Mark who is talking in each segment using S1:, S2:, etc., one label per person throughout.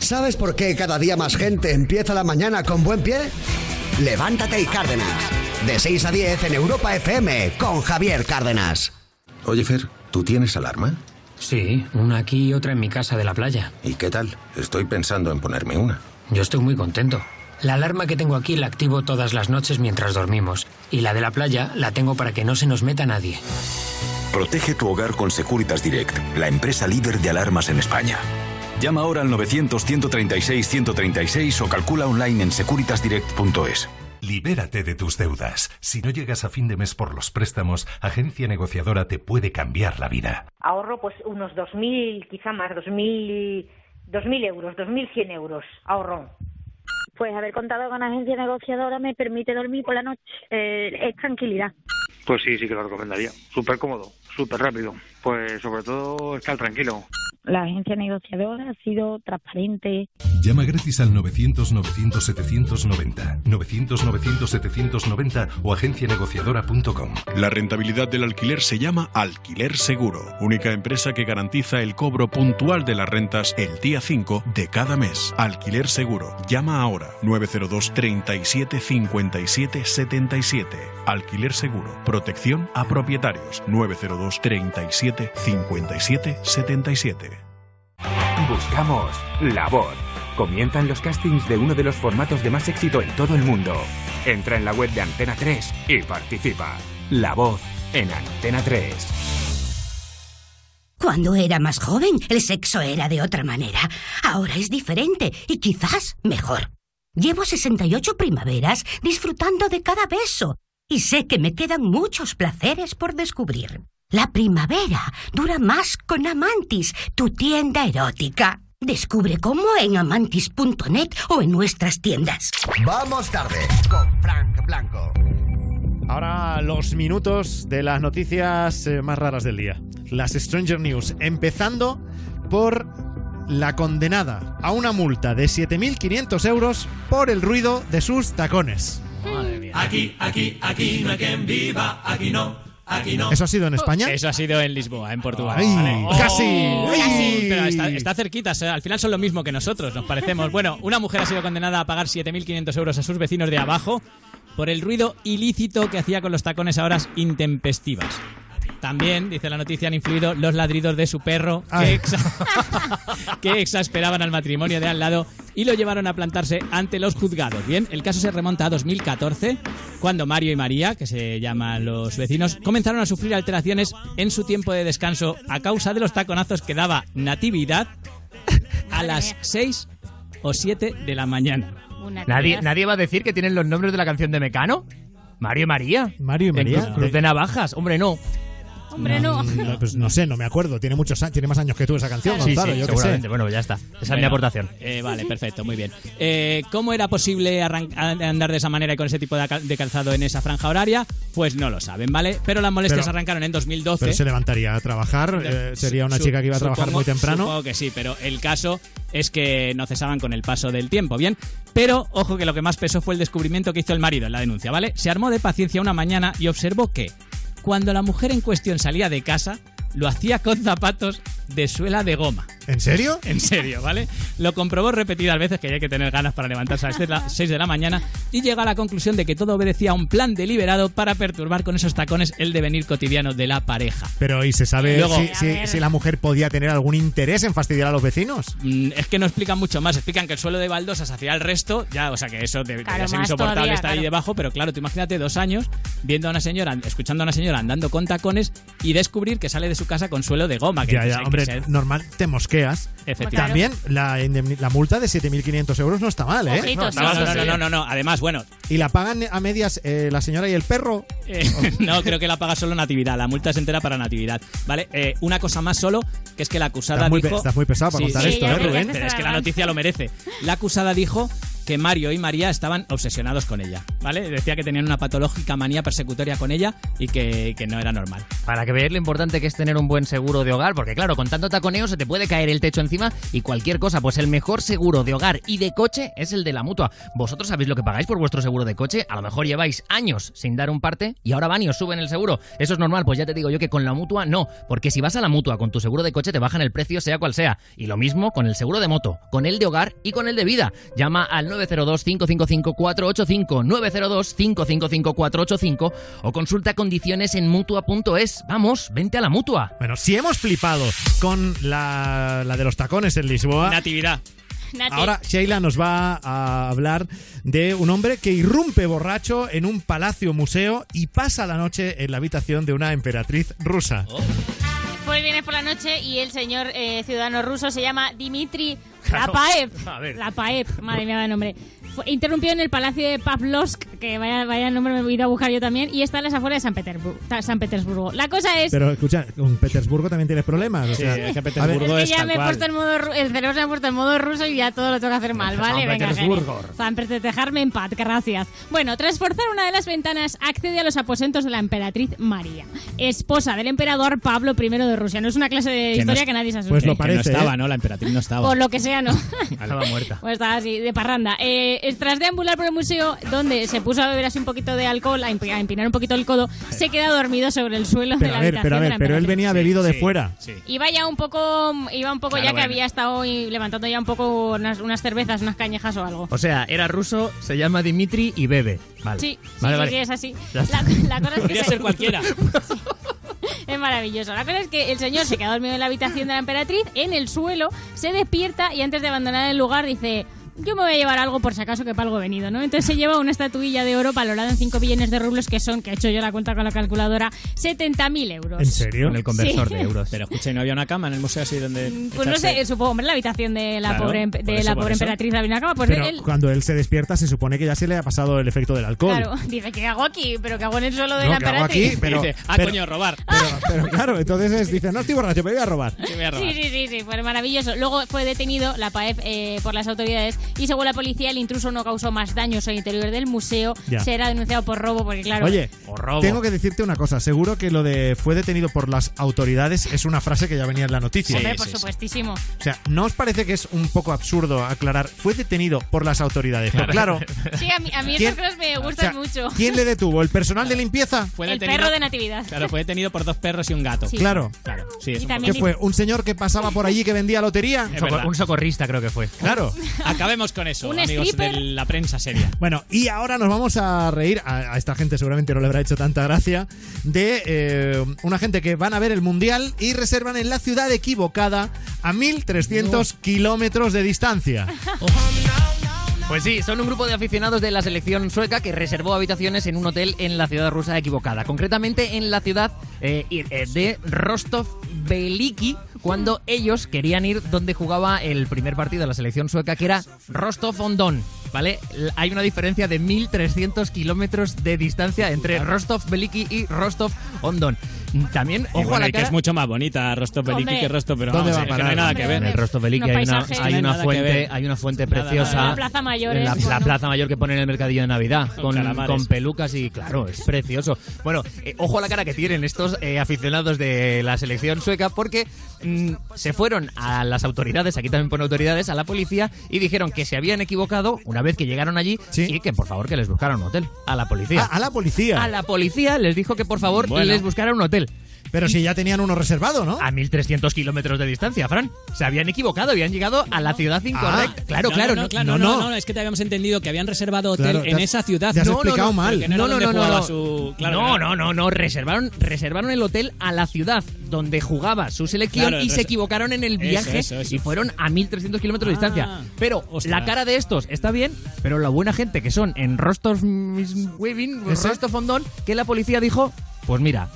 S1: ¿Sabes por qué cada día más gente empieza la mañana con buen pie? Levántate y Cárdenas. De 6 a 10 en Europa FM con Javier Cárdenas.
S2: Oye, Fer, ¿tú tienes alarma?
S3: Sí, una aquí y otra en mi casa de la playa.
S2: ¿Y qué tal? Estoy pensando en ponerme una.
S3: Yo estoy muy contento. La alarma que tengo aquí la activo todas las noches mientras dormimos. Y la de la playa la tengo para que no se nos meta nadie.
S4: Protege tu hogar con Securitas Direct, la empresa líder de alarmas en España. Llama ahora al 900-136-136 o calcula online en securitasdirect.es.
S5: Libérate de tus deudas. Si no llegas a fin de mes por los préstamos, Agencia Negociadora te puede cambiar la vida.
S6: Ahorro pues unos 2.000, quizá más, 2.000, 2.000 euros, 2.100 euros ahorro.
S7: Pues haber contado con agencia negociadora me permite dormir por la noche. Eh, es tranquilidad.
S8: Pues sí, sí que lo recomendaría. Súper cómodo, súper rápido. Pues sobre todo estar tranquilo.
S7: La agencia negociadora ha sido transparente.
S5: Llama gratis al 900-900-790, 900-900-790 o agencianegociadora.com.
S9: La rentabilidad del alquiler se llama Alquiler Seguro, única empresa que garantiza el cobro puntual de las rentas el día 5 de cada mes. Alquiler Seguro. Llama ahora 902 37 57 77. Alquiler Seguro. Protección a propietarios 902 37 57 77.
S10: Buscamos la voz. Comienzan los castings de uno de los formatos de más éxito en todo el mundo. Entra en la web de Antena 3 y participa. La voz en Antena 3.
S11: Cuando era más joven, el sexo era de otra manera. Ahora es diferente y quizás mejor. Llevo 68 primaveras disfrutando de cada beso y sé que me quedan muchos placeres por descubrir. La primavera dura más con Amantis, tu tienda erótica. Descubre cómo en amantis.net o en nuestras tiendas.
S1: Vamos tarde con Frank Blanco.
S12: Ahora los minutos de las noticias eh, más raras del día. Las Stranger News. Empezando por la condenada a una multa de 7.500 euros por el ruido de sus tacones.
S13: Aquí, aquí, aquí no hay quien viva, aquí no. Aquí no.
S12: ¿Eso ha sido en España?
S14: Eso ha sido en Lisboa, en Portugal. Oh,
S12: Ay, casi. Ay.
S14: Casi, pero está, está cerquita. o sea, al final son lo mismo que nosotros, nos parecemos. Bueno, una mujer ha sido condenada a pagar 7.500 euros a sus vecinos de abajo por el ruido ilícito que hacía con los tacones a horas intempestivas. También, dice la noticia, han influido los ladridos de su perro que,
S12: Ay.
S14: exa- que exasperaban al matrimonio de al lado y lo llevaron a plantarse ante los juzgados. Bien, el caso se remonta a 2014, cuando Mario y María, que se llaman los vecinos, comenzaron a sufrir alteraciones en su tiempo de descanso a causa de los taconazos que daba Natividad a las 6 o 7 de la mañana.
S15: ¿Nadie, nadie va a decir que tienen los nombres de la canción de Mecano. Mario y María.
S12: Mario y María.
S15: Cruz, Cruz de navajas. Hombre, no.
S12: Hombre, no. No, pues no sé, no me acuerdo. Tiene muchos a- tiene más años que tú esa canción,
S15: Sí,
S12: Gonzalo,
S15: sí,
S12: yo qué sé.
S15: seguramente. Bueno, ya está. Esa es mi
S14: Bueno,
S15: aportación.
S14: eh, vale, perfecto, muy bien. Eh, ¿Cómo era posible arran- a- andar de esa manera y con ese tipo de acal- de calzado en esa franja horaria? Pues no lo saben, ¿vale? Pero las molestias
S12: Pero-
S14: arrancaron en 2012.
S12: Pero se levantaría a trabajar. eh, sería una
S14: Su-
S12: chica que iba a trabajar
S14: supongo-
S12: muy temprano.
S14: Supongo que sí, pero el caso es que no cesaban con el paso del tiempo, ¿bien? Pero ojo que lo que más pesó fue el descubrimiento que hizo el marido en la denuncia, ¿vale? Se armó de paciencia una mañana y observó que cuando la mujer en cuestión salía de casa, lo hacía con zapatos de suela de goma.
S12: ¿En serio?
S14: En serio, ¿vale? Lo comprobó repetidas veces, que ya hay que tener ganas para levantarse a las 6 de la mañana, y llega a la conclusión de que todo obedecía a un plan deliberado para perturbar con esos tacones el devenir cotidiano de la pareja.
S12: Pero, ¿y se sabe
S14: Y luego-
S12: si, si-
S14: A ver.
S12: si la mujer podía tener algún interés en fastidiar a los vecinos?
S14: Mm, Es que no explican mucho más, explican que el suelo de baldosas hacia el resto, ya, o sea que eso debe
S16: Claro,
S14: ser
S16: más
S14: insoportable
S16: todavía,
S14: estar ahí
S16: claro.
S14: debajo, pero claro, tú imagínate dos años viendo a una señora, escuchando a una señora andando con tacones y descubrir que sale de su casa con suelo de goma. Que
S12: Ya,
S14: dices,
S12: ya,
S14: hay que
S12: hombre,
S14: ser-
S12: normal, te mosqueas.
S14: Efectivamente.
S12: También la, indemni- la multa de 7.500 euros no está mal, ¿eh?
S14: no, no, no, no, no, no, no, además, bueno,
S12: ¿Y la pagan a medias eh, la señora y el perro?
S14: Eh, no, creo que la paga solo Natividad. La multa es entera para Natividad. ¿Vale? Eh, una cosa más solo, que es que la acusada
S12: Estás muy pe-
S14: dijo...
S12: estás muy pesado para contar Sí, esto, ya ¿eh, quería Rubén? que
S14: Pero es que
S12: se
S14: la
S12: la
S14: noticia lo merece. La acusada dijo que Mario y María estaban obsesionados con ella.
S1: ¿vale? Decía que tenían una patológica manía persecutoria con ella y que, que no era normal.
S16: Para que veáis lo importante que es tener un buen seguro de hogar, porque claro, con tanto taconeo se te puede caer el techo encima y cualquier cosa. Pues el mejor seguro de hogar y de coche es el de la mutua. Vosotros sabéis lo que pagáis por vuestro seguro de coche. A lo mejor lleváis años sin dar un parte y ahora van y os suben el seguro. Eso es normal, pues ya te digo yo que con la mutua no, porque si vas a la mutua con tu seguro de coche te bajan el precio sea cual sea. Y lo mismo con el seguro de moto, con el de hogar y con el de vida. Llama al 902-555-485, 902-555-485 o consulta condiciones en mutua.es. Vamos, vente a la mutua.
S12: Bueno, si hemos flipado con la, la de los tacones en Lisboa.
S1: Natividad.
S12: Ahora Sheila nos va a hablar de un hombre que irrumpe borracho en un palacio museo y pasa la noche en la habitación de una emperatriz rusa.
S14: Oh. Fue el viernes por la noche y el señor eh, ciudadano ruso se llama Dimitri
S12: Claro.
S14: Lapaev.
S12: A ver.
S14: Lapaev, madre mía, vaya nombre. Fue interrumpió en el palacio de Pavlovsk, que vaya, vaya nombre me he ido a buscar yo también, y está en las afueras de San Petersburgo. San Petersburgo. La cosa es.
S12: Pero escucha, con Petersburgo también tienes problemas. O
S14: Sí,
S12: sea,
S14: es que
S12: a ver,
S14: Es que ya me he puesto en modo ru- el cerebro se me ha puesto en modo ruso y ya todo lo tengo que hacer mal, ¿vale?
S12: Pues San
S14: Venga,
S12: Petersburgo.
S14: genial. San Petersburgo en paz, gracias. Bueno, tras forzar una de las ventanas, accede a los aposentos de la emperatriz María, esposa del emperador Pablo I de Rusia. No es una clase de historia que nadie se asuste.
S12: pues
S1: Que
S12: ¿eh?
S1: no estaba, ¿no? La emperatriz no estaba.
S14: Por lo que sea, no.
S1: Estaba muerta.
S14: Pues estaba así, de parranda. Eh, es- tras deambular por el museo, donde se puso a beber así un poquito de alcohol, a empi- a empinar un poquito el codo, se queda dormido sobre el suelo de
S12: pero
S14: la
S12: a ver,
S14: habitación
S12: pero, a
S14: de
S12: ver,
S14: la
S12: pero él
S14: emperatriz.
S12: venía bebido de fuera.
S14: Iba ya un poco, iba un poco
S16: Claro,
S14: ya que
S16: bueno.
S14: había estado y levantando ya un poco unas, unas cervezas, unas cañejas o algo.
S16: O sea, era ruso, se llama Dimitri y bebe. Vale.
S14: Sí, sí,
S16: Vale,
S14: sí,
S16: vale.
S14: sí, es así.
S16: Ya está.
S14: La, la cosa es que
S1: Podría
S14: se-
S1: ser cualquiera.
S14: es maravilloso. La cosa es que el señor se queda dormido en la habitación de la emperatriz, en el suelo, se despierta y antes de abandonar el lugar dice... Yo me voy a llevar algo por si acaso que para algo he venido, ¿no? Entonces se lleva una estatuilla de oro valorada en 5 billones de rublos, que son, que he hecho yo la cuenta con la calculadora, 70.000 euros.
S1: Con el conversor
S14: Sí.
S1: de euros. Pero escucha, ¿y no había una cama en el museo así donde.
S14: Pues no sé, supongo, hombre, la habitación de la
S1: Claro,
S14: pobre, em-
S1: por
S14: de
S1: eso,
S14: la
S1: por
S14: pobre
S1: eso.
S14: emperatriz David Nakama, pues
S12: pero
S14: él,
S12: cuando él se despierta se supone que ya se le ha pasado el efecto del alcohol.
S14: claro, dice, ¿qué hago aquí? ¿Pero qué hago en el suelo de
S12: No,
S14: la
S12: ¿qué hago
S14: emperatriz?
S12: aquí? Pero-
S1: Dice, ah,
S12: pero-
S1: coño, robar.
S12: Pero claro, entonces es- dice, no estoy borracho, me voy a robar.
S1: Sí, voy a robar.
S14: Sí, sí, sí, sí, fue maravilloso. Luego fue detenido la PAEF eh, por las autoridades y según la policía el intruso no causó más daños al interior del museo.
S12: Ya.
S14: Será denunciado por robo porque claro...
S12: Oye, tengo que decirte una cosa. Seguro que lo de fue detenido por las autoridades es una frase que ya venía en la noticia.
S14: Hombre, por supuestísimo.
S12: O sea, ¿no os parece que es un poco absurdo aclarar fue detenido por las autoridades? Pero claro,
S14: Sí, a mí, a mí
S12: ¿Quién-
S14: esas cosas me
S12: o sea,
S14: gustan mucho.
S12: ¿quién le detuvo? ¿El personal de limpieza?
S1: Fue
S14: el
S1: detenido-
S14: perro de Natividad.
S1: Claro, fue detenido por dos perros y un gato.
S14: Sí.
S12: Claro.
S1: Claro, sí, es
S14: Y
S1: un
S14: también
S12: ¿Qué
S1: poco-
S12: fue? ¿Un señor que pasaba por allí que vendía lotería?
S1: Es verdad.
S12: Un
S16: socorrista creo que fue.
S12: Claro.
S1: Acabemos con eso,
S14: Un
S1: amigos
S14: stripper.
S1: de la prensa seria.
S12: Bueno, y ahora nos vamos a reír, a, a esta gente seguramente no le habrá hecho tanta gracia, de eh, una gente que van a ver el Mundial y reservan en la ciudad equivocada a 1.300 kilómetros de distancia.
S16: Pues sí, son un grupo de aficionados de la selección sueca que reservó habitaciones en un hotel en la ciudad rusa equivocada, concretamente en la ciudad eh, ir- eh, de Rostov Veliki, cuando ellos querían ir donde jugaba el primer partido de la selección sueca, que era Rostov on Don. ¿Vale? L- Hay una diferencia de 1.300 kilómetros de distancia entre Rostov Veliki y Rostov on Don. También,
S1: Y
S16: ojo a
S1: bueno,
S16: la
S1: y que
S16: cara.
S1: es mucho más bonita Rostov Veliki
S16: Hombre.
S1: que Rostov, pero
S16: ¿Dónde
S1: vamos,
S16: va
S1: es
S16: a
S1: que no hay nada
S16: parar?
S1: que ver.
S16: En el Rostov Veliki
S1: Unos
S16: hay una,
S1: paisajes.
S16: hay
S1: No
S16: una
S1: nada que
S16: fuente,
S1: ver.
S16: hay una fuente
S1: Nada,
S16: preciosa.
S1: nada.
S14: La plaza mayor
S16: en la,
S14: es,
S16: la
S14: bueno.
S16: plaza mayor que ponen en el mercadillo de Navidad. Con,
S1: calamares.
S16: con pelucas y claro, es precioso. Bueno, eh, ojo a la cara que tienen estos eh, aficionados de la selección sueca porque mm, se fueron a las autoridades, aquí también pone autoridades, a la policía y dijeron que se habían equivocado una vez que llegaron allí y que por favor que les buscaran un hotel. A la policía.
S12: Ah, a la policía.
S16: A la policía les dijo que por favor
S12: Bueno.
S16: les buscaran un hotel.
S12: Pero si ya tenían uno reservado, ¿no?
S16: A 1300 kilómetros de distancia, Fran. Se habían equivocado, habían llegado a la ciudad incorrecta.
S12: Ah.
S1: No,
S16: claro, claro,
S1: no, no,
S16: no-
S1: claro, no, no, no, es que te habíamos entendido que habían reservado hotel
S16: Claro, te
S1: en
S16: has-
S1: esa ciudad.
S16: te has explicado mal.
S1: pero que No,
S16: No,
S1: era donde
S16: no, no, no,
S1: jugaba
S16: no.
S1: su- claro,
S16: no,
S1: que
S16: no, no, no, reservaron, reservaron el hotel a la ciudad donde jugaba su selección
S1: Claro,
S16: y
S1: res-
S16: se equivocaron en el
S1: Eso,
S16: viaje
S1: eso, eso.
S16: y fueron a 1300 kilómetros de distancia. Pero
S1: ostras.
S16: la cara de estos está bien, pero la buena gente que son en Rostov Weaving,
S12: ¿Ese?
S16: Rostov Fondón, que la policía dijo, pues mira,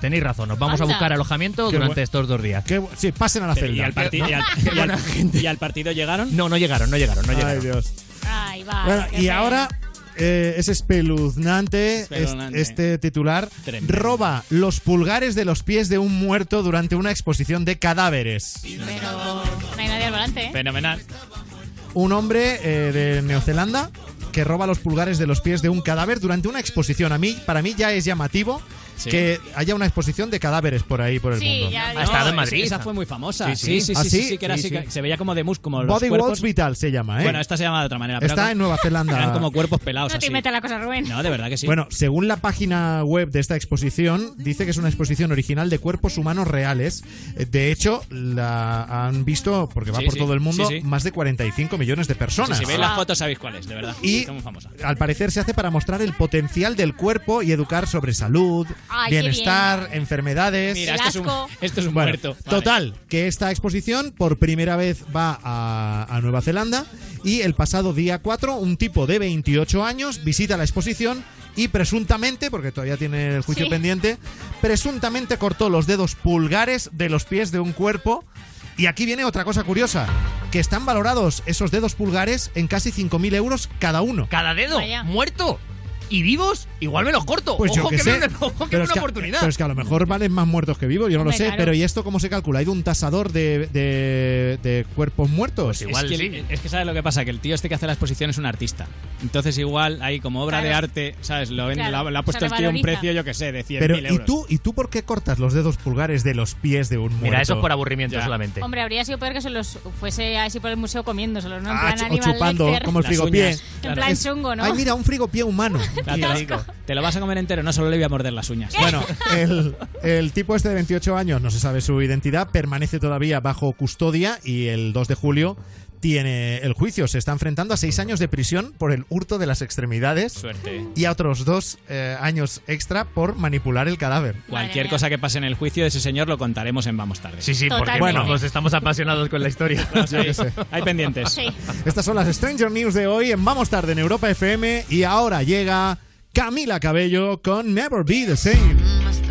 S16: tenéis razón, nos vamos
S1: Anda.
S16: a buscar alojamiento
S1: Qué
S16: durante
S1: bu-
S16: estos dos días.
S12: Qué bu- sí, pasen a la
S1: Y
S12: celda.
S1: al, parti-
S12: ¿no?
S1: y al- y al- y al partido llegaron.
S16: No, no llegaron, no llegaron, no
S12: Ay,
S16: llegaron.
S12: Dios.
S14: Ay, va.
S12: Bueno,
S14: qué
S12: y
S14: pena.
S12: ahora eh, es espeluznante, es-
S1: Espeluznante.
S12: este titular.
S1: Tremendo.
S12: Roba los pulgares de los pies de un muerto durante una exposición de cadáveres.
S14: Pero no hay nadie al volante, ¿eh?
S1: Fenomenal.
S12: Un hombre eh, de Neozelanda que roba los pulgares de los pies de un cadáver durante una exposición. A mí, para mí ya es llamativo
S16: Sí.
S12: que haya una exposición de cadáveres por ahí, por el mundo.
S16: No, Esa fue muy famosa.
S12: Sí, sí.
S16: Sí, sí, sí,
S12: ¿Ah,
S16: sí,
S12: sí?
S16: sí, que era
S12: Sí,
S16: así,
S12: sí.
S16: que se veía como de músculo. Como los
S12: Body
S16: cuerpos.
S12: Walls Vital se llama, ¿eh?
S16: Bueno, esta se llama de otra manera. pero
S12: Está
S16: como-
S12: en Nueva Zelanda.
S16: Eran como cuerpos pelados
S14: No te
S16: así.
S14: metas la cosa, Rubén.
S16: No, de verdad que sí.
S12: Bueno, según la página web de esta exposición, dice que es una exposición original de cuerpos humanos reales. Eh, De hecho, la han visto, porque va
S16: Sí,
S12: por
S16: sí,
S12: todo el mundo,
S16: sí, sí.
S12: más de 45 millones de personas.
S16: Si, si veis
S1: Ah.
S16: las fotos sabéis cuál es, de verdad.
S12: Y-
S16: Está muy famosa.
S12: Al parecer se hace para mostrar el potencial del cuerpo y educar sobre salud,
S16: Ay, qué
S12: bienestar, enfermedades.
S16: Mira, esto es un, esto es un
S12: Bueno,
S16: muerto. Vale.
S12: Total, que esta exposición por primera vez va a, a Nueva Zelanda y el pasado día 4 un tipo de 28 años visita la exposición y presuntamente, porque todavía tiene el juicio
S17: Sí.
S12: pendiente, presuntamente cortó los dedos pulgares de los pies de un cuerpo. Y aquí viene otra cosa curiosa, que están valorados esos dedos pulgares en casi 5.000 euros cada uno.
S1: Cada dedo, muerto. Y vivos, igual me los corto.
S12: Pues
S1: ojo
S12: yo
S1: que,
S12: que sé.
S1: me- ojo que
S12: Pero
S1: me
S12: es
S1: una
S12: que-
S1: oportunidad.
S12: Pero es que a lo mejor valen más muertos que vivos, yo no lo
S1: Hombre,
S12: sé.
S1: claro.
S12: Pero ¿y esto cómo se calcula? ¿Hay un tasador de, de- de cuerpos muertos?
S1: Pues
S16: es que, es que sabes lo que pasa, que el tío este que hace la exposición es un artista. Entonces igual hay como obra
S1: Claro.
S16: de arte, ¿sabes? Lo vende,
S1: Claro,
S16: la- le ha
S1: se
S16: puesto el tío un
S1: revaloriza.
S16: precio, yo que sé, de 100.000
S12: Pero
S16: euros.
S12: ¿y tú, ¿y tú por qué cortas los dedos pulgares de los pies de un muerto?
S1: eso es por aburrimiento
S12: Ya.
S1: solamente.
S14: Hombre, habría sido peor que se los fuese así por el museo comiéndoselo, ¿no? En
S12: Ah,
S14: plan
S12: ch- o
S14: Hannibal
S12: chupando,
S14: Lecter.
S12: como el
S16: Las
S12: frigopié.
S16: uñas,
S14: En
S16: claro.
S14: plan chungo, ¿no?
S12: Ay, mira, un frigopié humano.
S16: Claro, te, lo digo. Te lo vas a comer entero, no solo le voy a morder las uñas.
S12: Bueno, el, el tipo este de 28 años, no se sabe su identidad, permanece todavía bajo custodia y el 2 de julio tiene el juicio. Se está enfrentando a seis años de prisión por el hurto de las extremidades
S16: Suerte.
S12: y a otros dos eh, años extra por manipular el cadáver.
S16: Cualquier cosa que pase en el juicio de ese señor lo contaremos en Vamos Tarde.
S1: Sí, sí, porque bueno, nos estamos apasionados con la historia.
S16: Yo qué sé. Hay pendientes.
S12: Estas son las Stranger News de hoy en Vamos Tarde en Europa FM y ahora llega Camila Cabello con Never Be the Same.
S18: must